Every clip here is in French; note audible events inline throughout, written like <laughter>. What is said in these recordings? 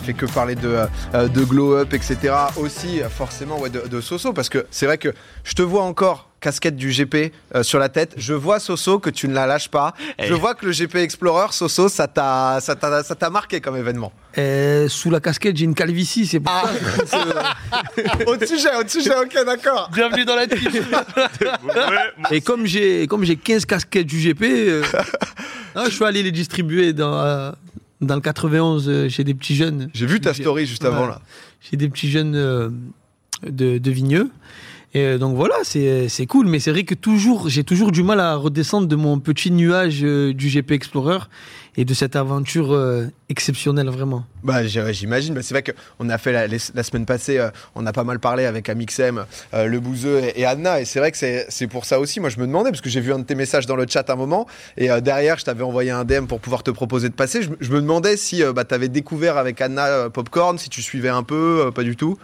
fait que parler de, euh, de glow up, etc. Aussi, euh, forcément, ouais, de, de Soso, parce que c'est vrai que je te vois encore casquette du GP euh, sur la tête. Je vois Soso que tu ne la lâches pas. Je vois que le GP Explorer, Soso, ça t'a, ça t'a, ça t'a marqué comme événement. Euh, sous la casquette, j'ai une calvitie, c'est pour Ah, ça. <laughs> c'est- au sujet, au sujet, ok, d'accord. Bienvenue dans la team. <laughs> Et comme j'ai comme j'ai 15 casquettes du <laughs> GP, euh, non, je suis allé les distribuer dans euh, dans le 91 euh, chez des petits jeunes, Euh, J'ai vu ta story juste avant là. chez des petits jeunes euh, de, de Vigneux. Et euh, donc voilà, c'est c'est cool, mais c'est vrai que toujours j'ai toujours du mal à redescendre de mon petit nuage euh, du GP Explorer et de cette aventure euh, exceptionnelle vraiment. Bah, j'ai- j'imagine. Bah, c'est vrai qu'on a fait la, les- la semaine passée, euh, on a pas mal parlé avec Amixem, euh, le Bouzeux et, et Anna. Et c'est vrai que c'est c'est pour ça aussi. Moi, je me demandais, parce que j'ai vu un de tes messages dans le chat un moment. Et euh, derrière, je t'avais envoyé un DM pour pouvoir te proposer de passer. Je, me- je me demandais si euh, bah, tu avais découvert avec Anna euh, Popcorn, si tu suivais un peu, euh, pas du tout.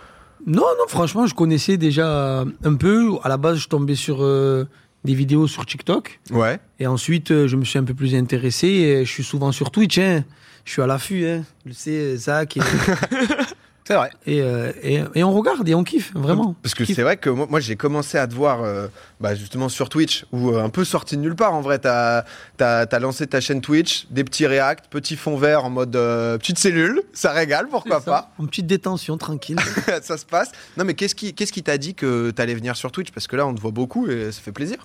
Non, non, franchement, je connaissais déjà euh, un peu. À la base, je tombais sur euh, des vidéos sur TikTok. Ouais. Et ensuite, euh, je me suis un peu plus intéressé. Et je suis souvent sur Twitch. hein. Je suis à l'affût. Hein. Je le sais, <laughs> euh, Zach. Et, C'est vrai. et, euh, et- et on regarde et on kiffe, vraiment. Parce que Kiffe. c'est vrai que moi, moi, j'ai commencé à te voir euh, bah, justement sur Twitch, ou euh, un peu sorti de nulle part en vrai. T'as as, lancé ta chaîne Twitch, des petits reacts, petits fonds verts en mode euh, petite cellule, ça régale, pourquoi C'est ça, pas En petite détention, tranquille. <laughs> Ça se passe. Non mais qu'est-ce qui qu'est-ce qui t'a dit que t'allais venir sur Twitch Parce que là, on te voit beaucoup et ça fait plaisir.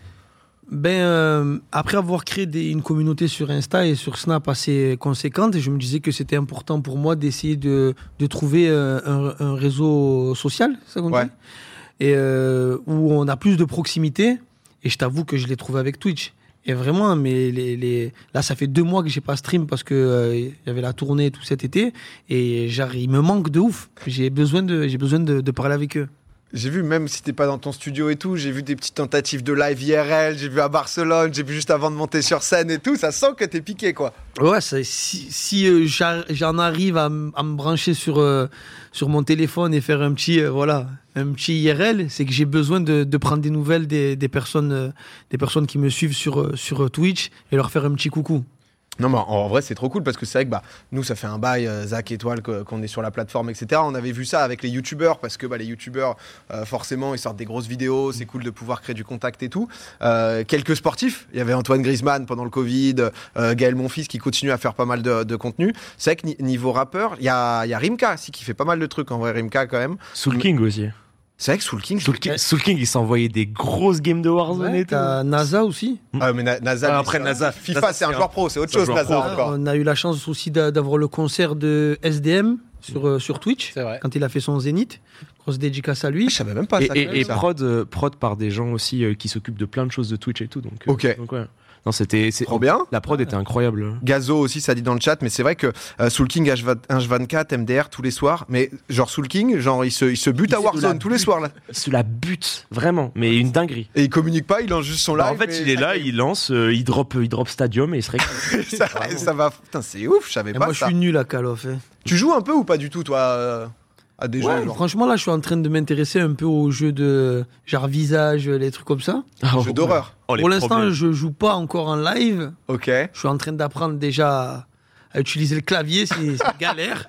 ben, euh, après avoir créé des- une communauté sur Insta et sur Snap assez conséquente, je me disais que c'était important pour moi d'essayer de, de trouver euh, un, un réseau social, c'est ça qu'on dit Ouais. et euh, où on a plus de proximité. Et je t'avoue que je l'ai trouvé avec Twitch. Et vraiment, mais les, les... là, ça fait deux mois que j'ai pas stream parce que euh, il y avait la tournée et tout cet été. Et genre, il me manque de ouf. J'ai besoin de, j'ai besoin de, de parler avec eux. J'ai vu, même si t'es pas dans ton studio et tout, j'ai vu des petites tentatives de live IRL, j'ai vu à Barcelone, j'ai vu juste avant de monter sur scène et tout, ça sent que t'es piqué quoi. Ouais, c'est- si, si euh, j'a- j'en arrive à, m- à me brancher sur, euh, sur mon téléphone et faire un petit, euh, voilà, un petit IRL, c'est que j'ai besoin de, de prendre des nouvelles des, des personnes, euh, des personnes qui me suivent sur, euh, sur Twitch et leur faire un petit coucou. Non, mais en- en vrai, c'est trop cool parce que c'est vrai que bah, nous, ça fait un bail, euh, Zach, Étoile, que- qu'on est sur la plateforme, etc. On avait vu ça avec les youtubeurs parce que bah, les youtubeurs, euh, forcément, ils sortent des grosses vidéos, c'est cool de pouvoir créer du contact et tout. Euh, quelques sportifs, il y avait Antoine Griezmann pendant le Covid, euh, Gaël Monfils qui continue à faire pas mal de, de contenu. C'est vrai que ni- niveau rappeur, il y a, il y a Rimka aussi qui fait pas mal de trucs en vrai, Rimka quand même. Soul King aussi. C'est vrai que Soul King, je- Soul King, Soul King, il s'envoyait des grosses games de Warzone Ouais, et tout. t'as NASA aussi. Ah, mais Na- NASA, Ah, lui, après, c'est- NASA, FIFA, c'est un NASA, c'est un- joueur pro, c'est autre c'est un chose, joueur NASA Ah, encore. On a eu la chance aussi d'a- d'avoir le concert de SDM sur, euh, sur Twitch C'est vrai. quand il a fait son Zénith. Grosse dédicace à lui. Je savais même pas Et, ça. et- et ça. prod, euh, prod par des gens aussi euh, qui s'occupent de plein de choses de Twitch et tout. Donc, euh, Ok. donc ouais. Non, c'était. c'est- Trop bien. La prod était incroyable. hein. Gazo aussi, ça dit dans le chat, mais c'est vrai que euh, Soul King H24, MDR tous les soirs, mais genre Soul King, genre il se, il se bute Il à se Warzone la tous les bute. soirs là. Il se la bute, vraiment. Mais une dinguerie. Et il communique pas, il lance juste son live. Bah, en fait, et il est ça- là, il lance, euh, il, drop, il drop Stadium et il se <laughs> réconcilie. ça, et ça va. Putain, c'est ouf, je savais Et pas moi, je ça. suis nul à Call of. hein. Tu joues un peu ou pas du tout, toi, euh, à des Ouais, jeux genre franchement, là, je suis en train de m'intéresser un peu aux jeux de genre visage, les trucs comme ça. Ah, jeux ouais. d'horreur Oh, les Pour l'instant, problèmes. je joue pas encore en live. Ok. Je suis en train d'apprendre déjà à utiliser le clavier, <laughs> c'est c'est galère.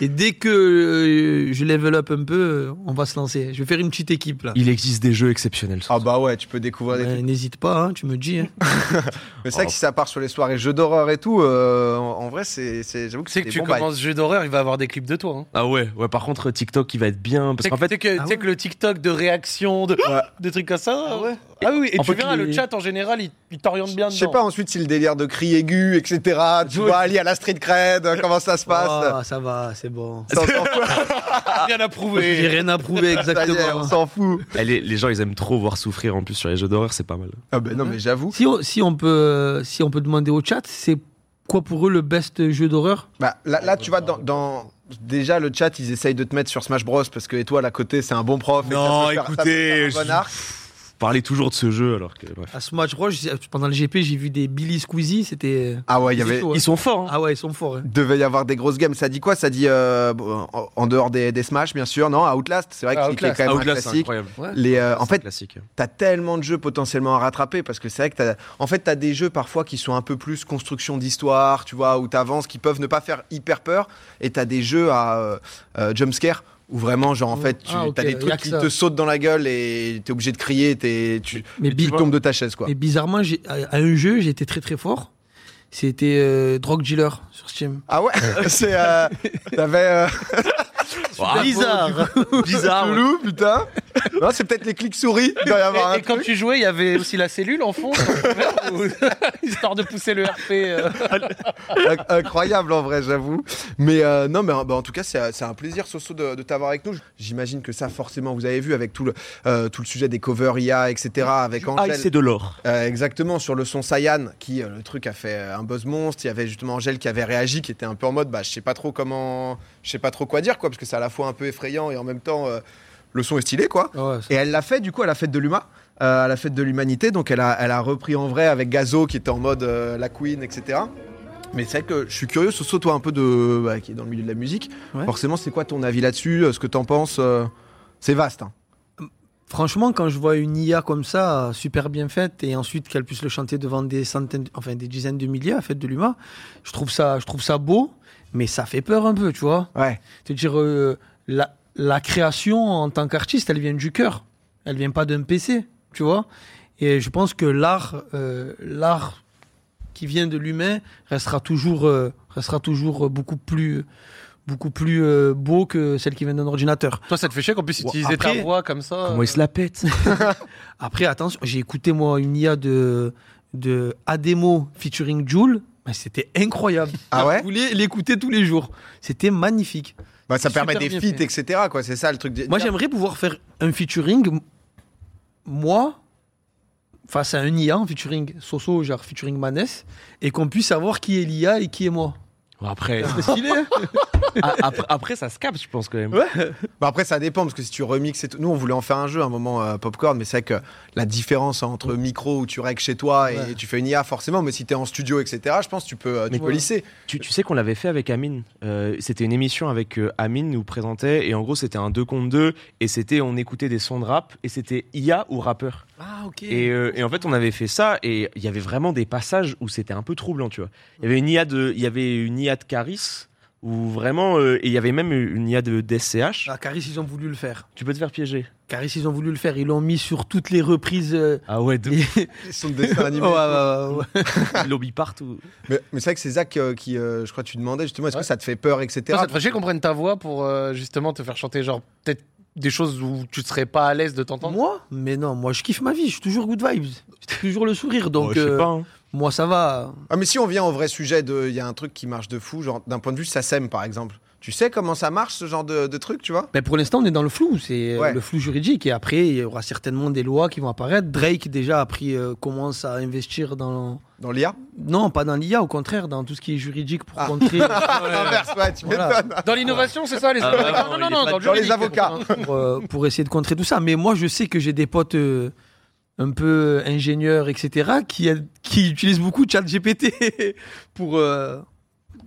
Et dès que euh, je level up un peu, euh, on va se lancer. Je vais faire une petite équipe là. il existe des jeux exceptionnels. Ah bah ouais, tu peux découvrir des Ouais, trucs. N'hésite pas, hein, tu me dis. hein. Mais c'est vrai que si ça part sur les soirées jeux d'horreur et tout, euh, en, en vrai, c'est, c'est- j'avoue que Tu sais c'est que des tu bons bails. commences jeu d'horreur, il va avoir des clips de toi. hein. Ah ouais, ouais. Par contre, TikTok, il va être bien parce Tu sais qu'en que- fait, tu sais que, Ah tu sais que le TikTok de réaction, de, <laughs> Ouais. de trucs comme ça. Ah ouais Ah oui, oui, et En tu fait, verras, il- le chat en général, il, il t'oriente bien Je sais dedans. pas ensuite si le délire de cri aigu, etc. Tu Ouais. vois, lié à la street cred, euh, comment ça se <laughs> passe Ah, ça va, c'est bon. Ça, on s'en fout. rien à J'ai prouver. rien à prouver <laughs> Ça y est, exactement. on s'en fout. eh, les, les gens, ils aiment trop voir souffrir en plus sur les jeux d'horreur, c'est pas mal. Ah ben non, mais j'avoue. Si on, si on peut, si on peut demander au chat, c'est quoi pour eux le best jeu d'horreur Bah, là, là, tu vois, dans, dans- déjà le chat, ils essayent de te mettre sur Smash Bros parce que étoile à côté, c'est un bon prof. et que ça peut faire- ça peut faire un bon arc. parler toujours de ce jeu alors que bref. À Smash Bros, j'ai- pendant le GP, j'ai vu des Billy Squeezie, c'était. Ah ouais, il y c'était avait. chaud, hein. Ils sont forts. hein. Ah ouais, ils sont forts. hein. Devait y avoir des grosses games. Ça dit quoi Ça dit euh, bon, en en dehors des, des Smash, bien sûr. Non, Outlast, c'est vrai que Ah, c'est qui est Outlast. quand même un Outlast, c'est classique. incroyable. Les, euh, en C'est un fait, classique. t'as tellement de jeux potentiellement à rattraper parce que c'est vrai que t'as, en fait, t'as des jeux parfois qui sont un peu plus construction d'histoire, tu vois, où t'avances, qui peuvent ne pas faire hyper peur, et t'as des jeux à euh, euh, jumpscare où vraiment, genre, en Mm. fait, tu, Ah, ok, t'as y des a trucs que qui ça. te sautent dans la gueule et t'es obligé de crier, t'es, tu, Mais, bi- tu tombes de ta chaise, quoi. mais bizarrement, j'ai- à, à un jeu, j'ai été très très fort. C'était euh, Drug Dealer sur Steam. Ah <laughs> ouais, <laughs> c'est, euh, t'avais. euh, Ah, Bizarre. <laughs> Bizarre. ouais. Loulou, putain. Non, c'est peut-être les clics souris. Il doit y avoir hein. Et, un et quand truc. tu jouais, il y avait aussi la cellule en fond, ou- <laughs> histoire de pousser le RP. euh. Inc- Incroyable en vrai, j'avoue. Mais euh, non, mais en- bah, en tout cas, c'est c'est un plaisir, Soso, de, de t'avoir avec nous. J'imagine que ça, forcément, vous avez vu avec tout le, euh, tout le sujet des covers IA, etc. Avec Ah, Angèle. c'est de l'or. Euh, exactement, sur le son Sayan, qui, euh, le truc, a fait euh, un buzz monstre. Il y avait justement Angèle qui avait réagi, qui était un peu en mode, bah, je sais pas trop comment, je sais pas trop quoi dire, quoi, parce que c'est à la fois un peu effrayant et en même temps, euh, le son est stylé, quoi. <laughs> Ouais, Et elle l'a fait du coup à la fête de l'UMA, euh, à la fête de l'humanité. Donc elle a, elle a repris en vrai avec Gazo qui était en mode euh, la queen, etc. Mais c'est vrai que je suis curieux, Soso, toi un peu de, bah, qui est dans le milieu de la musique. Ouais. Forcément, c'est quoi ton avis là-dessus euh, Ce que t'en penses euh, C'est vaste. hein. Franchement, quand je vois une IA comme ça, super bien faite, et ensuite qu'elle puisse le chanter devant des centaines, enfin des dizaines de milliers à Fête de l'Humain, je trouve ça, je trouve ça beau, mais ça fait peur un peu, tu vois. Ouais. C'est-à-dire euh, la, la création en tant qu'artiste, elle vient du cœur, elle vient pas d'un PC, tu vois. Et je pense que l'art, euh, l'art qui vient de l'humain restera toujours, euh, restera toujours beaucoup plus, beaucoup plus euh, beau que celle qui vient d'un ordinateur. Toi, ça te fait chier qu'on puisse Bon, utiliser après, ta voix comme ça Comment euh. ils se la pètent <laughs> Après, attention, j'ai écouté moi une IA de, de Ademo featuring Joule. mais C'était incroyable. Ah ouais Je voulais l'écouter tous les jours. C'était magnifique. Bah, ça C'est permet super des bien feats, fait. etc. Quoi, c'est ça le truc. Moi, j'aimerais pouvoir faire un featuring, m- moi, face à un IA, un featuring Soso, genre featuring Manès, et qu'on puisse savoir qui est l'IA et qui est moi. Bon, Après, C'est <laughs> stylé. hein Ah, après, après, ça se capte, je pense quand même. Bah, après, ça dépend parce que si tu remixes, et tout... nous, on voulait en faire un jeu à un moment euh, popcorn, mais c'est vrai que la différence entre micro où tu règles chez toi et, Mm. Ouais. tu fais une IA forcément, mais si t'es en studio, etc. Je pense que tu peux, euh, tu Mais peux voilà. lisser. Tu, tu sais qu'on l'avait fait avec Amine. Euh, c'était une émission avec euh, Amine, nous présentait, et en gros, c'était un 2 contre 2, et c'était, on écoutait des sons de rap, et c'était IA ou rappeur. Ah, ok. Et, euh, et en fait, on avait fait ça, et il y avait vraiment des passages où c'était un peu troublant, tu vois. Il y avait une IA de, il y avait une IA de Caris, où vraiment, euh, et il y avait même une IA de d'SCH. Ah, Caris, ils ont voulu le faire. Tu peux te faire piéger. Caris, ils ont voulu le faire. Ils l'ont mis sur toutes les reprises. euh, Ah ouais, de les- <laughs> Son <laughs> dessin animé. Ouais, ouais, ouais, ouais. lobby partout. Mais, mais c'est vrai que c'est Zach euh, qui, euh, je crois, que tu demandais justement, est-ce Ouais. que ça te fait peur, etc. Toi, ça te fait chier qu'on prenne ta voix pour euh, justement te faire chanter, genre peut-être des choses où tu serais pas à l'aise de t'entendre. Moi Mais non, moi je kiffe ma vie, je suis toujours good vibes. J'ai toujours le sourire, donc Oh, je sais euh, pas. hein. moi ça va. Ah, mais si on vient au vrai sujet, de- il y a un truc qui marche de fou, genre d'un point de vue, ça sème par exemple. Tu sais comment ça marche ce genre de, de truc, tu vois Mais pour l'instant, on est dans le flou, c'est euh, Ouais. le flou juridique. Et après, il y aura certainement des lois qui vont apparaître. Drake déjà a pris, euh, commence à investir dans. Dans l'IA Non, pas dans l'IA, au contraire, dans tout ce qui est juridique pour Ah. <laughs> contrer. L'inverse, ouais, tu Voilà. m'étonnes. Dans l'innovation, c'est ça les Ah, avocats vraiment, Non, il non, est non, pas dedans. dans, le Dans les juridique, hein. avocats. pour- pour, euh, pour essayer de contrer tout ça. Mais moi, je sais que j'ai des potes euh, un peu ingénieurs, etc., qui, qui utilisent beaucoup ChatGPT <laughs> pour, euh,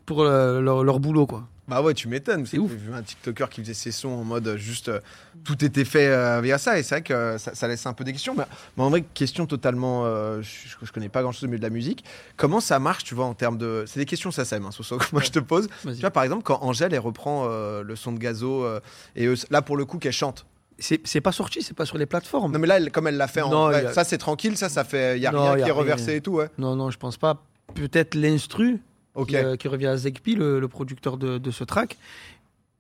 pour euh, leur, leur boulot, quoi. Bah ouais, tu m'étonnes. C'est J'ai ouf. vu un TikToker qui faisait ses sons en mode euh, juste euh, tout était fait euh, via ça, et c'est vrai que euh, ça, ça laisse un peu des questions. Mais, mais en vrai, question totalement, euh, je, je- je connais pas grand chose au milieu de la musique. Comment ça marche, tu vois, en termes de. C'est des questions, ça sème, hein, Soso, que moi je te pose. Vas-y. Tu vois, par exemple, quand Angèle, elle reprend euh, le son de Gazo, euh, et euh, là, pour le coup, qu'elle chante. C'est c'est pas sorti, c'est pas sur les plateformes. Non, mais là, elle- comme elle l'a fait en. Non, vrai, y a- Ça, c'est tranquille, ça, ça fait. Il n'y a Non, rien y a qui est rien. reversé et tout, ouais. Non, non, je pense pas. Peut-être l'instru Ok. qui, euh, qui revient à Zegpi, le, le producteur de, de ce track.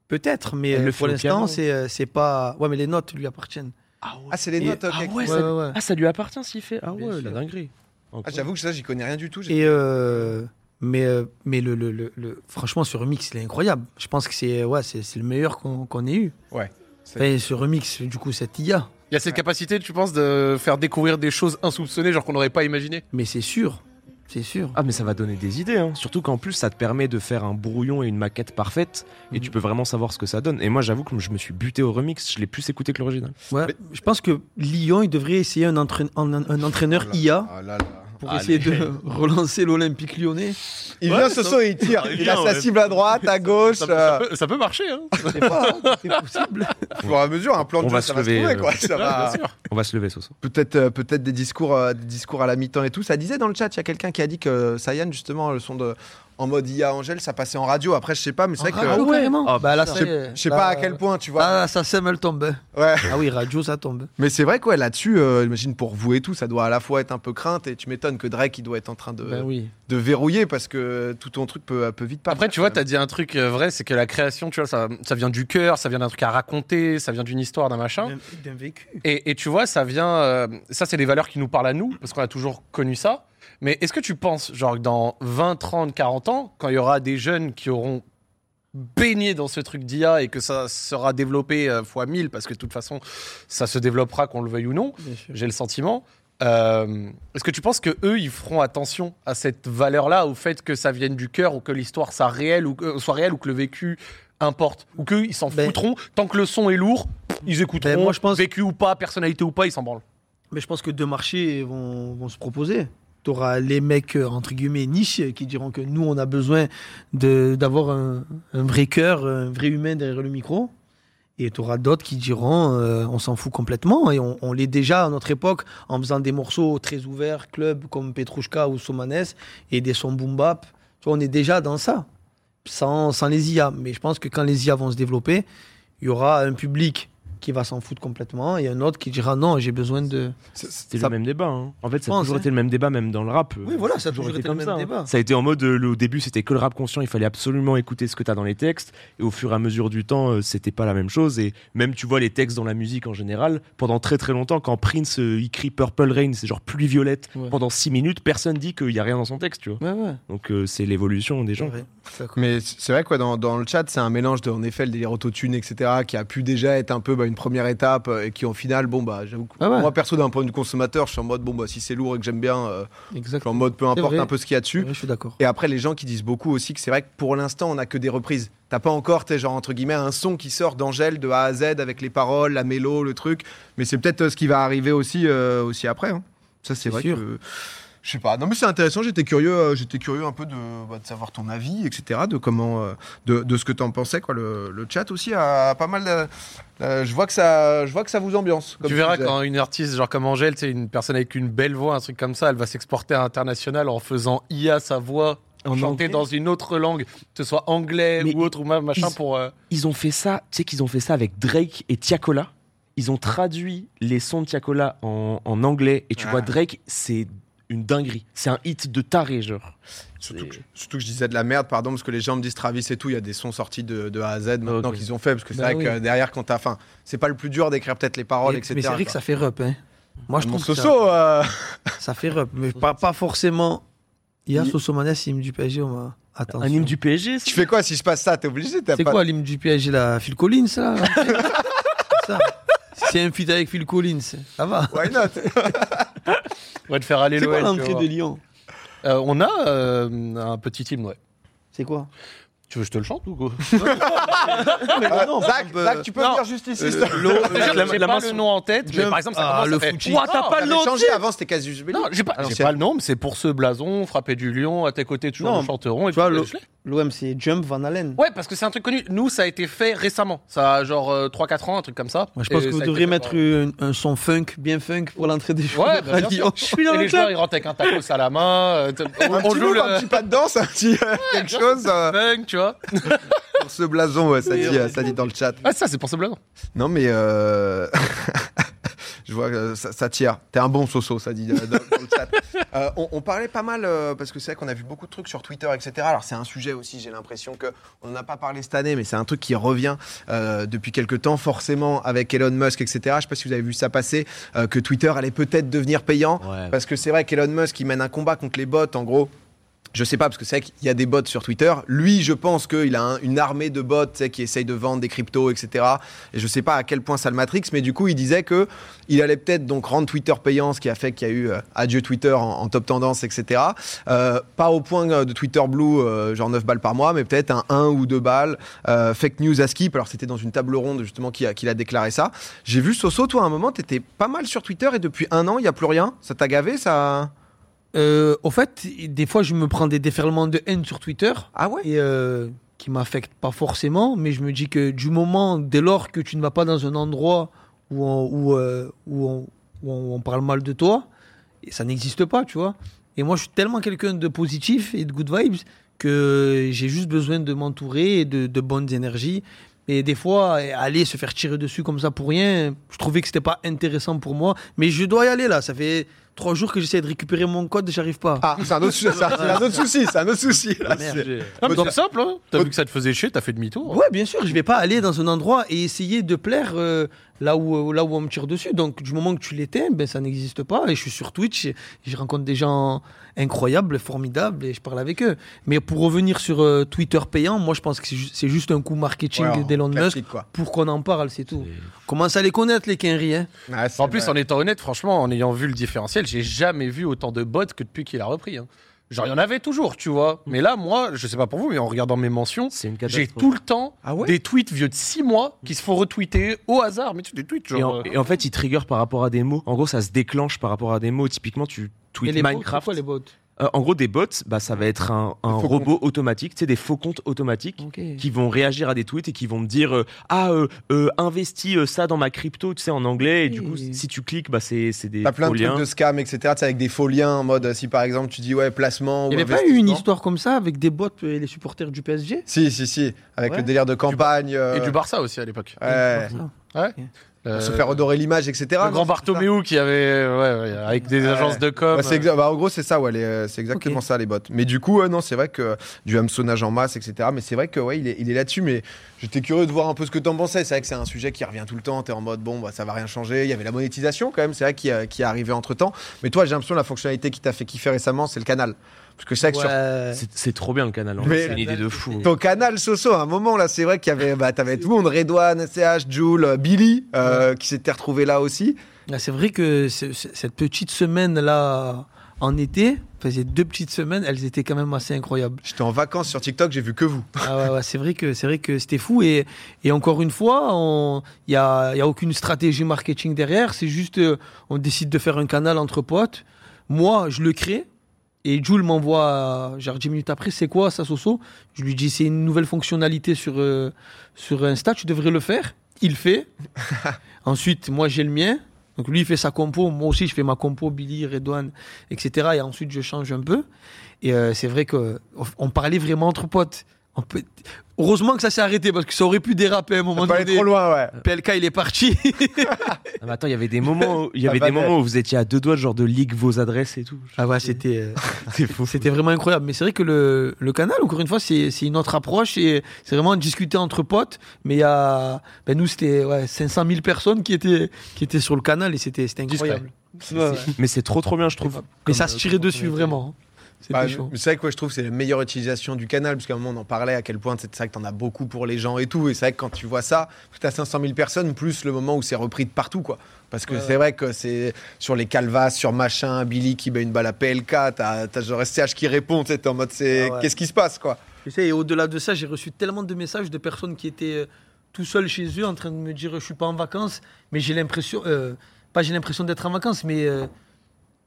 Peut-être, mais Elle euh, le pour fait au l'instant, piano. c'est euh, c'est pas. Ouais, mais les notes lui appartiennent. Ah ouais. Ah, c'est les Et- notes, ok. Ah ouais, Ouais, ça, ouais, ouais. ah, ça lui appartient s'il fait. Ah Bien ouais, la sûr. dinguerie. Ah, J'avoue que ça, j'y connais rien du tout. j'ai- Et euh, mais euh, mais le, le- le- le- franchement, ce remix, il est incroyable. Je pense que c'est ouais, c'est c'est le meilleur qu'on qu'on ait eu. Ouais. Enfin, ce remix, du coup, cette IA. Il y a cette capacité, tu penses, de faire découvrir des choses insoupçonnées, genre qu'on n'aurait pas imaginé. Mais c'est sûr. c'est sûr. Ah mais ça va donner des idées, hein. surtout qu'en plus ça te permet de faire un brouillon et une maquette parfaite et Mhm. tu peux vraiment savoir ce que ça donne. Et moi j'avoue que je me suis buté au remix, je l'ai plus écouté que l'original. Ouais, Mais- Je pense que Lyon, il devrait essayer un, entraîne- un- un- un entraîneur Ah là- IA ah là là. pour Allez. essayer de <laughs> relancer l'Olympique lyonnais. Il Ouais, vient ce ça- saut et il tire. Il Il a vient, sa ouais. cible à droite, à gauche. Ça, euh, ça peut, ça peut marcher, hein. C'est pas, hein, c'est possible. Au fur et à mesure, un plan de On jeu, va ça se va se lever, trouver, euh, quoi. Ça va- bien sûr. On va se lever Soso. Peut-être euh, peut-être des discours euh, des discours à la mi-temps et tout. Ça disait dans le chat, il y a quelqu'un qui a dit que Sayan justement le son de en mode IA Angèle, ça passait en radio. Après, je sais pas, mais <laughs> c'est vrai que Ah ouais, carrément. Ah, bah, là, je ça y sais- est, je sais là- pas à quel point, tu vois. Là, ça sème le tombe. Ouais. Ah oui, radio, ça tombe. <laughs> Mais c'est vrai quoi, là-dessus, euh, imagine pour vous et tout, ça doit à la fois être un peu crainte et tu m'étonnes que Drake il doit être en train de, Ben oui. de verrouiller parce que tout ton truc peut, peut vite pas. Après, tu vois, t'as dit un truc euh, vrai, c'est que la création, tu vois, ça, ça vient du cœur, ça vient d'un truc à raconter, ça vient d'une histoire, d'un hein machin. D'un vécu. Et, et tu vois, ça vient. euh, ça, c'est des valeurs qui nous parlent à nous, parce qu'on a toujours connu ça. Mais est-ce que tu penses, genre, que dans 20, 30, 40 ans, quand il y aura des jeunes qui auront baigné dans ce truc d'IA et que ça sera développé euh, fois 1000, parce que de toute façon, ça se développera, qu'on le veuille ou non, Bien sûr. j'ai le sentiment. euh, est-ce que tu penses que eux, ils feront attention à cette valeur-là, au fait que ça vienne du cœur, ou que l'histoire soit réelle, ou, que- soit réelle, ou que le vécu importe, ou qu'eux, ils s'en Ben- foutront, tant que le son est lourd, ils écouteront. Ben, moi, je pense- Vécu ou pas, personnalité ou pas, ils s'en branlent. Mais je pense que deux marchés vont, vont se proposer. Tu auras les mecs, euh, entre guillemets, niches, qui diront que nous, on a besoin de- d'avoir un, un vrai cœur, un vrai humain derrière le micro. Et tu auras d'autres qui diront, euh, on s'en fout complètement. Et on, on l'est déjà à notre époque en faisant des morceaux très ouverts, clubs comme Petrushka ou Somanes, et des sons boom bap. Tu vois, on est déjà dans ça, sans, sans les IA. Mais je pense que quand les IA vont se développer, il y aura un public qui va s'en foutre complètement et un autre qui dira non, j'ai besoin de... C'était Ça- le même débat. hein. En fait, ça a pense, toujours hein. été le même débat, même dans le rap. euh. Oui, voilà, ça a toujours été le même ça, hein. débat. Ça a été en mode, euh, le- au début, c'était que le rap conscient, il fallait absolument écouter ce que t'as dans les textes. Et au fur et à mesure du temps, euh, c'était pas la même chose. Et même, tu vois, les textes dans la musique en général, pendant très très longtemps, quand Prince, euh, il crie Purple Rain, c'est genre pluie violette, Ouais. pendant 6 minutes, personne dit qu'il y a rien dans son texte, tu vois. Ouais, ouais. Donc euh, c'est l'évolution des gens. Ouais. Mais c'est vrai quoi, dans, dans le chat, c'est un mélange de, en effet, le délire autotune, etc., qui a pu déjà être un peu bah, une première étape euh, et qui, au final, bon, bah, j'avoue que Ah ouais. moi, perso, d'un point de vue consommateur, je suis en mode, bon, bah, si c'est lourd et que j'aime bien, euh, je suis en Exactement. mode, peu importe vrai. un peu ce qu'il y a Ouais, dessus. Je suis d'accord. Et après, les gens qui disent beaucoup aussi que c'est vrai que pour l'instant, on n'a que des reprises. T'as pas encore, t'es genre, entre guillemets, un son qui sort d'Angèle de A à Z avec les paroles, la mélo, le truc. Mais c'est peut-être euh, ce qui va arriver aussi, euh, aussi après. hein. Ça, c'est C'est vrai sûr. que. Je sais pas. Non, mais c'est intéressant. J'étais curieux, euh, j'étais curieux un peu de, bah, de savoir ton avis, etc. De comment, euh, de, de ce que t'en pensais, quoi. Le, le chat aussi a, a pas mal. de- euh, je vois que ça, je vois que ça vous ambiance. comme tu verras disais. quand une artiste, genre comme Angèle, c'est une personne avec une belle voix, un truc comme ça, elle va s'exporter à l'international en faisant IA sa voix, En chanter anglais. dans une autre langue, que ce soit anglais Mais ou autre ou même machin ils- pour. euh, Ils ont fait ça, tu sais qu'ils ont fait ça avec Drake et Tiakola. Ils ont traduit les sons de Tiakola en, en anglais. Et tu Ah. vois, Drake, c'est une dinguerie. C'est un hit de taré, genre. Surtout C'est- que, surtout que je disais de la merde, pardon, parce que les gens me disent Travis et tout, il y a des sons sortis de, de A à Z maintenant Ok. qu'ils ont fait, parce que c'est Bah vrai que oui. derrière, quand t'as faim, c'est pas le plus dur d'écrire peut-être les paroles, Mais- etc. mais c'est vrai que quoi. ça fait rep. Hein. Moi, je Mon trouve que ça, Soso, euh, ça fait rep. Mais pas, pas forcément. Il y a Il- Soso Manes, hymne du PSG. On va... Attention. Un hymne du PSG, tu c'est fais quoi si je passe ça T'es obligé t'as C'est pas... quoi l'hymne du PSG là Phil Collins là ça. Si c'est un feat avec Phil Collins, ça va. <laughs> Why not On va te faire aller C'est quoi l'OL. tu l'entrée vas de Lyon voir. Euh, on a euh, un petit hymne, ouais. C'est quoi Tu veux que je te le chante ou quoi Euh, non, Zach, on peut- Zach, tu peux Non. venir juste ici s'il te Euh, plaît l'eau, La- J'ai la- j'ai la pas main le sur- nom en tête, mais Jump. par exemple, ça Ah, commence le à faire- Fuji. Ouah, t'as pas T'avais le nom changé avant, c'était Casus Belli. Non, j'ai pas, Ah, j'ai c'est- pas le nom, mais c'est pour ce blason, frappé du lion, à tes côtés, toujours Non, nous chanterons. Et tu vois, puis- le- L'OM, c'est Jump Van Allen. Ouais, parce que c'est un truc connu. Nous, ça a été fait récemment. Ça a genre euh, 3-4 ans, un truc comme ça. Moi, je pense Et que vous euh, ça a été devriez fait mettre par- un, un son funk, bien funk, pour l'entrée des joueurs Ouais, bah, à bien Lyon. sûr. Et les joueurs, ils rentrent avec un tacos à la main. euh, t- on, Un on petit joue move, le un petit pas de danse, un petit euh, quelque chose <laughs> euh, funk, tu vois. pour ce blason, ouais, ça, dit, euh, ça dit dans le chat. Ah, ça, c'est pour ce blason. Non, mais euh, <laughs> je vois que ça, ça tire. T'es un bon soso, ça dit euh, dans, dans le chat. Euh, on, on parlait pas mal, euh, parce que c'est vrai qu'on a vu beaucoup de trucs sur Twitter, etc. Alors, c'est un sujet aussi, j'ai l'impression que on n'en a pas parlé cette année, mais c'est un truc qui revient euh, depuis quelques temps, forcément, avec Elon Musk, etc. Je sais pas si vous avez vu ça passer, euh, que Twitter allait peut-être devenir payant. Ouais. Parce que c'est vrai qu'Elon Musk, il mène un combat contre les bots, en gros. Je sais pas, parce que c'est vrai qu'il y a des bots sur Twitter. Lui, je pense qu'il a un- une armée de bots tu sais, qui essayent de vendre des cryptos, etc. Et je sais pas à quel point ça le matrix, mais du coup, il disait que il allait peut-être donc rendre Twitter payant, ce qui a fait qu'il y a eu euh, adieu Twitter en, en top tendance, etc. Euh, pas au point euh, de Twitter Blue, euh, genre 9 balles par mois, mais peut-être un 1 ou 2 balles. Euh, fake news à skip, alors c'était dans une table ronde justement qu'il a, qu'il a déclaré ça. J'ai vu Soso, toi, à un moment, t'étais pas mal sur Twitter et depuis un an, il n'y a plus rien. Ça t'a gavé, ça Euh, au fait, des fois, je me prends des déferlements de haine sur Twitter Ah ouais et euh, qui m'affectent pas forcément, mais je me dis que du moment, dès lors que tu ne vas pas dans un endroit où on, où, euh, où on, où on- on parle mal de toi, et ça n'existe pas, tu vois. Et moi, je suis tellement quelqu'un de positif et de good vibes que j'ai juste besoin de m'entourer et de, de bonnes énergies. Et des fois, aller se faire tirer dessus comme ça pour rien, je trouvais que c'était pas intéressant pour moi. Mais je dois y aller là. Ça fait trois jours que j'essaie de récupérer mon code, j'arrive pas. Ah, c'est un autre, sou- c'est un- c'est un autre souci, c'est un autre souci. là, Ah, Merde. c'est- Non, mais Votre- c'est simple, hein. T'as vu que ça te faisait chier, t'as fait demi-tour. Ouais, bien sûr, je vais pas aller dans un endroit et essayer de plaire euh, là, où, là où on me tire dessus. Donc, du moment que tu l'étais, ben, ça n'existe pas. Et je suis sur Twitch, et je rencontre des gens incroyables, formidables, et je parle avec eux. Mais pour revenir sur euh, Twitter payant, moi, je pense que c'est ju- c'est juste un coup marketing Ouais, en d'Elon Musk classique, quoi. pour qu'on en parle, c'est tout. Commence à les connaître, les quinries. Hein. Ouais, c'est En plus, vrai. en étant honnête, franchement, en ayant vu le différentiel, j'ai jamais vu autant de bots que depuis qu'il a repris. hein. Genre, il y en avait toujours, tu vois. Mais là, moi, je sais pas pour vous, mais en regardant mes mentions, C'est une j'ai catastrophe. tout le temps Ah ouais des tweets vieux de 6 mois qui se font retweeter au hasard. Mais tu des tweets, Et genre. en, euh, et en fait, il trigger par rapport à des mots. En gros, ça se déclenche par rapport à des mots. Typiquement, tu Et tweets les bots, Minecraft. c'est quoi, les bots Euh, en gros, des bots, bah, ça va être un, un Faux robot automatique, tu sais, des faux comptes Mmh. automatiques qui vont réagir à des tweets et qui vont me dire euh, Ah, euh, euh, investis euh, ça dans ma crypto, tu sais, en anglais. Et du coup, Oui. si tu cliques, bah, c'est c'est des T'as plein faux de trucs liens. de scam, etc. tu sais, avec des faux liens en mode euh, si par exemple tu dis ouais, placement Il ou n'y avait pas eu une investissement. histoire comme ça avec des bots et les supporters du PSG Si, si, si, avec Ouais. le délire de campagne. euh, Et du Barça aussi à l'époque. ouais. Ouais. Euh, se faire odorer l'image, etc. le non, grand c'est Bartomeu qui avait. euh, ouais, ouais, avec des Ouais. agences de com. euh, ça Bah, c'est exa- bah, en gros, c'est ça, ouais, les, euh, c'est exactement euh, Ok. ça, les bots. Mais du coup, euh, non, c'est vrai que du hameçonnage en masse, etc. Mais c'est vrai que, ouais, il est, il est là-dessus. Mais j'étais curieux de voir un peu ce que t'en pensais. C'est vrai que c'est un sujet qui revient tout le temps. T'es en mode, bon, bah, ça va rien changer. Il y avait la monétisation, quand même, c'est vrai, qui, euh, qui est arrivée entre temps. Mais toi, j'ai l'impression que la fonctionnalité qui t'a fait kiffer récemment, c'est le canal. Parce que c'est vrai que sur Ouais. C'est- C'est trop bien le canal. en Mais- fait. C'est une idée de fou. Mm. Ton canal Soso, à un moment là, c'est vrai qu'il y avait, bah, t'avais tout le monde, Redouane, CH, Jules, euh, Billy, euh, qui s'était retrouvé là aussi. Ah, C'est vrai que ce- ce- cette petite semaine-là, en été, enfin, ces deux petites semaines, elles étaient quand même assez incroyables. J'étais en vacances sur TikTok, j'ai vu que vous. Ah ouais, ouais, c'est vrai que c'est vrai que c'était fou. Et, et encore une fois, on- il n'y a, il y a aucune stratégie marketing derrière. C'est juste, euh, on décide de faire un canal entre potes. Moi, je le crée. Et Jules m'envoie, euh, genre 10 minutes après, c'est quoi ça, Soso Je lui dis, c'est une nouvelle fonctionnalité sur, euh, sur Insta, tu devrais le faire. <laughs> Il fait. ensuite, moi, j'ai le mien. Donc lui, il fait sa compo. Moi aussi, je fais ma compo, Billy, Redouane, etc. Et ensuite, je change un peu. Et euh, c'est vrai qu'on on parlait vraiment entre potes. On peut- Heureusement que ça s'est arrêté parce que ça aurait pu déraper à un On moment pas donné. aller trop loin, ouais. PLK, il est parti. Ah, mais attends, il y avait des <laughs> moments, où, il y Ça avait va des bien. moments où vous étiez à deux doigts, genre de ligue vos adresses et tout. ah ouais, c'était. euh, <laughs> C'est fou. C'était vraiment incroyable. Mais c'est vrai que le, le canal, encore une fois, c'est c'est une autre approche et c'est vraiment discuter entre potes. Mais il y a, ben nous, c'était ouais, 500 000 personnes qui étaient, qui étaient sur le canal et c'était c'était Discret. incroyable. Mais c'est trop trop bien, je trouve. Mais Comme, ça se euh, tirait comme dessus, on était. vraiment. C'était Bah, chaud. mais c'est vrai que ouais, je trouve que c'est la meilleure utilisation du canal, parce qu'à un moment on en parlait à quel point c'est vrai que t'en as beaucoup pour les gens et tout, et c'est vrai que quand tu vois ça, parce que t'as 500 000 personnes, plus le moment où c'est repris de partout, quoi. Parce que Ouais, c'est ouais. vrai que c'est sur les calvas, sur machin, Billy qui bat une balle à PLK, t'as t'as genre SCH qui répond, t'es en mode c'est Ah ouais. qu'est-ce qui se passe, quoi. Tu sais, et au-delà de ça, j'ai reçu tellement de messages de personnes qui étaient euh, tout seules chez eux en train de me dire je suis pas en vacances, mais j'ai l'impression, euh, pas j'ai l'impression d'être en vacances, mais, euh,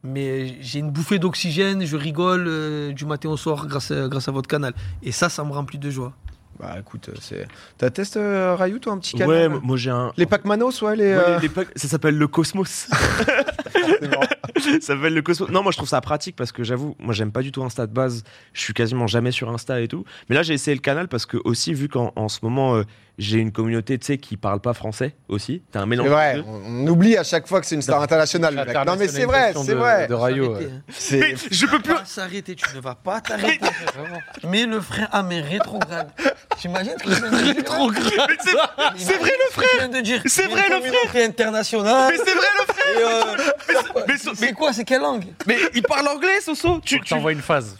mais j'ai une bouffée d'oxygène, je rigole euh, du matin au soir grâce à, grâce à votre canal. Et ça, ça me remplit de joie. Bah écoute, euh, c'est. T'as testé euh, Rayou, toi, un petit canal Ouais, moi j'ai un. Les Pac-Manos, ouais, les. Ouais, euh, les- les packs- ça s'appelle le Cosmos. <laughs> forcément. ça s'appelle le Cosmos. Non, moi je trouve ça pratique parce que j'avoue, moi j'aime pas du tout Insta de base. Je suis quasiment jamais sur Insta et tout. Mais là j'ai essayé le canal parce que aussi vu qu'en en ce moment euh, j'ai une communauté tu sais qui parle pas français aussi. T'as un mélange. C'est des vrai, deux. on, on oublie à chaque fois que c'est une star internationale. le mec. Non mais c'est vrai, c'est vrai. De Rayo. Arrêtez, ouais. hein. C'est- Je peux plus. Pas s'arrêter, Ah, tu ne vas <laughs> pas t'arrêter. Mais le frein à mes rétrogrades. T'imagines ce que <laughs> je viens de dire Rétrograde. Mais c'est- c'est vrai, le frère C'est vrai, le frère international. mais c'est vrai le frère. Et, euh, mais so- c'est quoi, c'est quelle langue Mais il parle anglais, Soso. Tu, Tu tu- t'envoies une phase.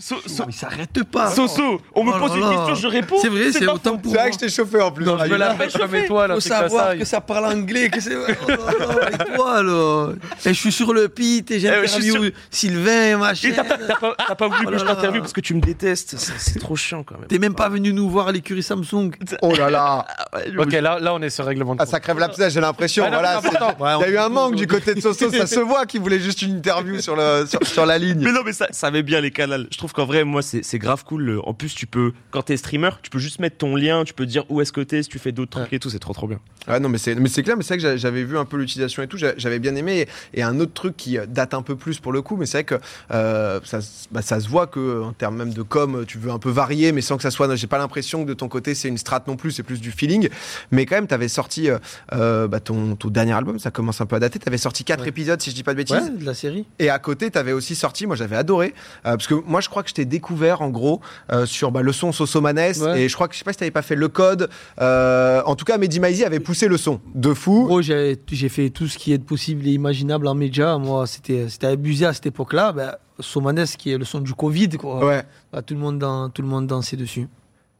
So- so- Il s'arrête pas. Soso, on me Oh pose là une là. question, je réponds. C'est vrai, c'est pas autant pour C'est moi. vrai que je t'ai chauffé en plus. Non, je me la pète comme étoile, un Faut truc comme savoir ça. que ça parle anglais, que c'est. Oh là là, et toi, alors Et je suis sur le pit et Eh, je suis j'interview Sylvain, machin. Et t'as pas- t'as pas, t'as pas voulu Oh que là je là. t'interviewe parce que tu me détestes. C'est c'est trop chiant quand même. T'es même pas venu nous voir à l'écurie Samsung. Oh là là, Bah, Ok, là, là, on est sur règlement de ah, ça compte. crève l'abcès, j'ai l'impression. Ah non, voilà, c'est c'est- important. il y a eu un manque du côté de Soso, ça se voit qu'il voulait juste une interview sur, le, sur, sur la ligne. Mais non, mais ça, ça met bien les canals. Je trouve qu'en vrai, moi, c'est c'est grave cool. le- En plus, tu peux, quand t'es streamer, tu peux juste mettre ton lien, tu peux dire où est-ce que t'es, si tu fais d'autres trucs et tout, c'est trop trop bien. Ah non, mais c'est mais c'est clair, mais c'est vrai que j'a- j'avais vu un peu l'utilisation et tout, j'a- j'avais bien aimé. Et, et un autre truc qui euh, date un peu plus pour le coup, mais c'est vrai que euh, ça, se- bah, ça se voit que euh, en termes même de com, tu veux un peu varier, mais sans que ça soit. J'ai pas l'impression que de ton côté c'est une strat non plus, c'est plus du feeling. Mais quand même, t'avais sorti euh, euh, bah, ton, ton dernier album, ça commence un peu à dater. T'avais sorti quatre Ouais. épisodes, si je dis pas de bêtises. Ouais, de la série. Et à côté, tu avais aussi sorti, moi j'avais adoré, euh, parce que moi je crois que je t'ai découvert en gros euh, sur bah, le son Sosomanes, Ouais. et je crois que je sais pas si t'avais pas fait le code. euh, en tout cas, Mehdi Maizi avait poussé le son de En fou. gros, j'ai j'ai fait tout ce qui est possible et imaginable en média. Moi, c'était c'était abusé à cette époque-là. Ben, Somanes, qui est le son du Covid, quoi. Ouais. Bah, tout, le monde dans, tout le monde dansait dessus.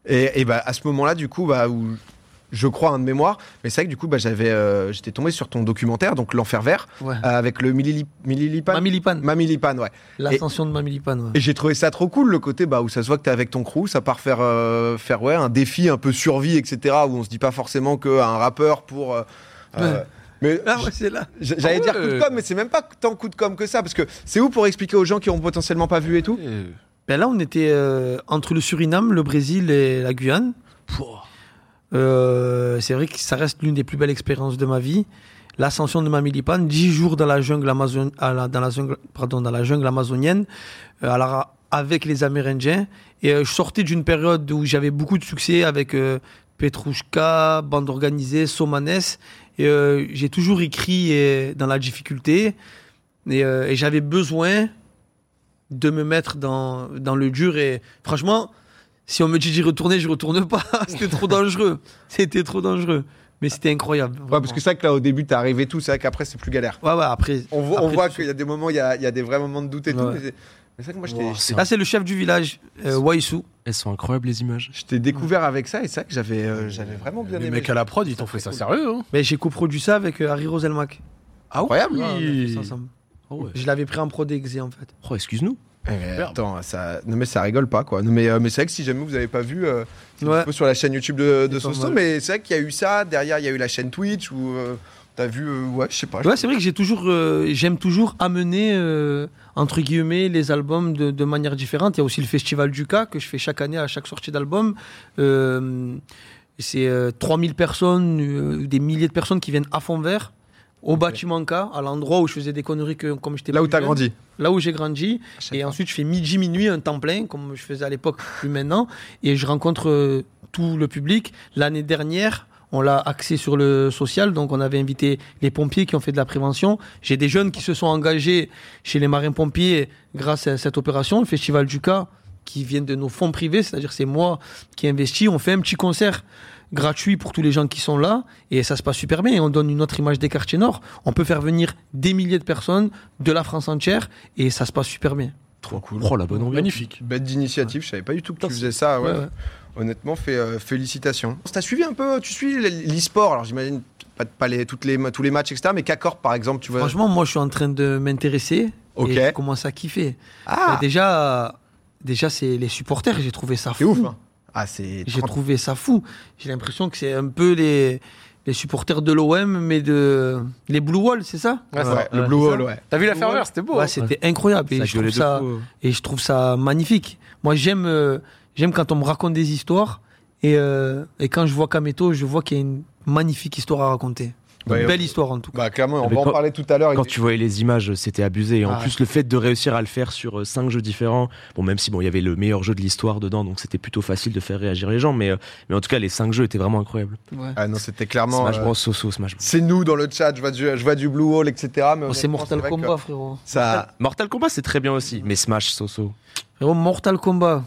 Et, et bah, à ce moment-là, du coup, bah, où je crois un de mémoire, mais c'est vrai que du coup, bah, j'avais, euh, j'étais tombé sur ton documentaire, donc L'Enfer Vert, Ouais. euh, avec le Millilipan. Millilipan Mamilipan. Mamilipan, ouais. L'ascension de Mamilipan, ouais. Et j'ai trouvé ça trop cool, le côté bah, où ça se voit que t'es avec ton crew, ça part faire, euh, faire ouais, un défi un peu survie, etc. Où on se dit pas forcément qu'un rappeur pour. euh, euh, Ouais. mais Ah ouais, c'est là. j- j'allais Ah dire ouais. coup de com', mais c'est même pas tant coup de com' que ça, parce que c'est où pour expliquer aux gens qui ont potentiellement pas vu et tout Euh, Ben là, on était euh, entre le Suriname, le Brésil et la Guyane. pouah. Euh, c'est vrai que ça reste l'une des plus belles expériences de ma vie. L'ascension de Mamilipan, 10 jours dans la jungle, amazon, à la- dans la jungle, pardon, dans la jungle amazonienne, euh, à la- avec les Amérindiens. Et euh, je sortais d'une période où j'avais beaucoup de succès avec euh, Petrouchka, Bande Organisée, Somanes. Et euh, j'ai toujours écrit euh, dans la difficulté. Et, euh, et j'avais besoin de me mettre dans, dans le dur. Et franchement, si on me dit d'y retourner, je retourne pas. <laughs> C'était trop dangereux. C'était trop dangereux. Mais c'était incroyable. Ouais, parce que c'est vrai que là, au début, t'es arrivé tout, c'est vrai qu'après, c'est plus galère. Ouais, ouais, après. On voit, on après, voit tout- qu'il y a des moments, il y a, il y a des vrais moments de doute et tout. Ouais. Mais c'est mais c'est vrai que moi, je t'ai- Wow, c'est- Là, c'est le chef du village, euh, Waisu. Elles sont incroyables les images. je t'ai découvert avec ça, et c'est vrai que j'avais euh, j'avais vraiment bien Les aimé. mecs à la prod, ils t'ont fait ça sérieux. hein. Mais j'ai coproduit ça avec euh, Harry Roselmack. Incroyable. Ouais, Ah, on a fait ça ensemble. Oh, Je l'avais pris en pro d'exé, en fait. Oh, excuse-nous. Eh ben, Superbe. attends, ça... Non, mais ça rigole pas, quoi. Non, mais, euh, mais c'est vrai que si jamais vous avez pas vu, euh, c'est Ouais. dispo sur la chaîne YouTube de, de C'est pas Sosto, mal. mais c'est vrai qu'il y a eu ça, derrière il y a eu la chaîne Twitch, où euh, t'as vu, euh, ouais, je sais pas. Ouais, c'est vrai que j'ai toujours, euh, j'aime toujours amener euh, entre guillemets les albums de, de manière différente. Il y a aussi le Festival du Cas que je fais chaque année à chaque sortie d'album. Euh, c'est euh, 3000 personnes, euh, des milliers de personnes qui viennent à fond vert au bâtiment K, à l'endroit où je faisais des conneries que, comme j'étais Là où plus t'as jeune. grandi. là où j'ai grandi. chaque Et fois. ensuite, je fais midi, minuit, un temps plein, comme je faisais à l'époque, plus maintenant. Et je rencontre euh, tout le public. L'année dernière, on l'a axé sur le social. Donc, on avait invité les pompiers qui ont fait de la prévention. J'ai des jeunes qui se sont engagés chez les marins-pompiers grâce à cette opération, le Festival du Cas, qui viennent de nos fonds privés. C'est-à-dire, c'est moi qui investis. On fait un petit concert gratuit pour tous les gens qui sont là et ça se passe super bien et on donne une autre image des quartiers nord on peut faire venir des milliers de personnes de la France entière et ça se passe super bien Trop cool. Oh, la bonne ambiance. Magnifique. Bête d'initiative, je savais pas du tout que tu faisais ça. Ah ouais. Ouais, ouais. Honnêtement, fé- euh, félicitations. T'as suivi un peu, tu suis l'e-sport, alors j'imagine pas, pas les, toutes les, tous les matchs, etc. Mais K-Corp, par exemple, tu vois. Franchement, moi, je suis en train de m'intéresser Ok. et je commence à kiffer. ah, Mais déjà, euh, déjà c'est les supporters, j'ai trouvé ça c'est fou. ouf. hein. Ah, c'est. J'ai trouvé ça fou. J'ai l'impression que c'est un peu les, les supporters de l'OM, mais de les Blue Wall, c'est ça Ouais, ça- Ouais, le Ouais, Blue c'est Hall, ça. ouais. T'as vu la ferveur, c'était beau. Ouais, hein. c'était incroyable. Et Oh. Ça je, gueulait trouve de ça, fou, euh. et je trouve ça magnifique. Moi, j'aime euh, j'aime quand on me raconte des histoires. Et, euh, et quand je vois Kameto, je vois qu'il y a une magnifique histoire à raconter. Une Ouais, belle ouais. histoire, en tout cas. Bah, clairement, on Avec va en quand- parler tout à l'heure. Quand tu voyais les images, c'était abusé. Et en Ah. plus, le fait de réussir à le faire sur euh, cinq jeux différents, bon, même si bon, il y avait le meilleur jeu de l'histoire dedans, donc c'était plutôt facile de faire réagir les gens, mais, euh, mais en tout cas, les cinq jeux étaient vraiment incroyables. Ouais. Ah non, c'était clairement. Smash euh, Bros, Soso, Smash Bros. C'est nous dans le chat, je vois du, je vois du Blue Hall, etc. Mais Oh, c'est honnêtement, Mortal vrai que Kombat, frérot. Ça, Mortal Kombat, c'est très bien aussi, mais Smash, Soso, Frérot, Mortal Kombat.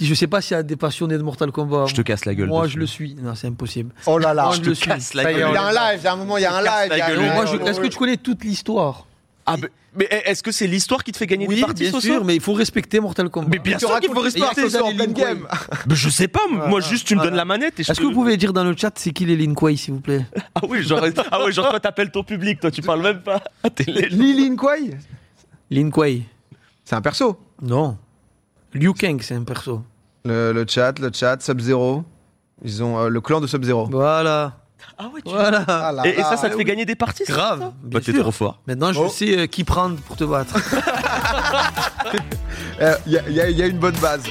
Je sais pas s'il y a des passionnés de Mortal Kombat. je te casse la gueule. Moi, dessus. je le suis. Non, c'est impossible. oh là là. Moi, je le suis. Ah, casse la Ça y Il y gueule. a un live, il y a un moment, il y a un live. il y a un gueule. live. Moi, je- Est-ce que tu connais toute l'histoire Ah, mais, mais est-ce que c'est l'histoire qui te fait gagner Oui, des parties bien ce sûr, soir mais il faut respecter Mortal Kombat. Mais bien Tu sûr qu'il faut racontes respecter l'histoire ça. comme ça en pleine Lincoln. game. Mais je sais pas, moi Voilà, juste tu me voilà. donnes la manette et je Est-ce te- que vous pouvez dire dans le chat c'est qui les Lin Kuei, s'il vous plaît Ah oui, genre, ah ouais, genre toi t'appelles ton public, toi tu parles même pas. Ah, t'es <laughs> les- Li Lin Kuei Lin Kuei C'est un perso. Non. Liu Kang, c'est un perso. Le, le chat, le chat, Sub-Zero. Ils ont euh, le clan de Sub-Zero. Ah, Voilà. Ah ouais, tu- Voilà. là Et, et ça, là. ça te fait gagner des parties ça, Grave. ça bien Bah t'es sûr. trop fort. Maintenant, je Oh. sais euh, qui prendre pour te battre. Eh, Euh, Il y, a- il y a- il y a une bonne base.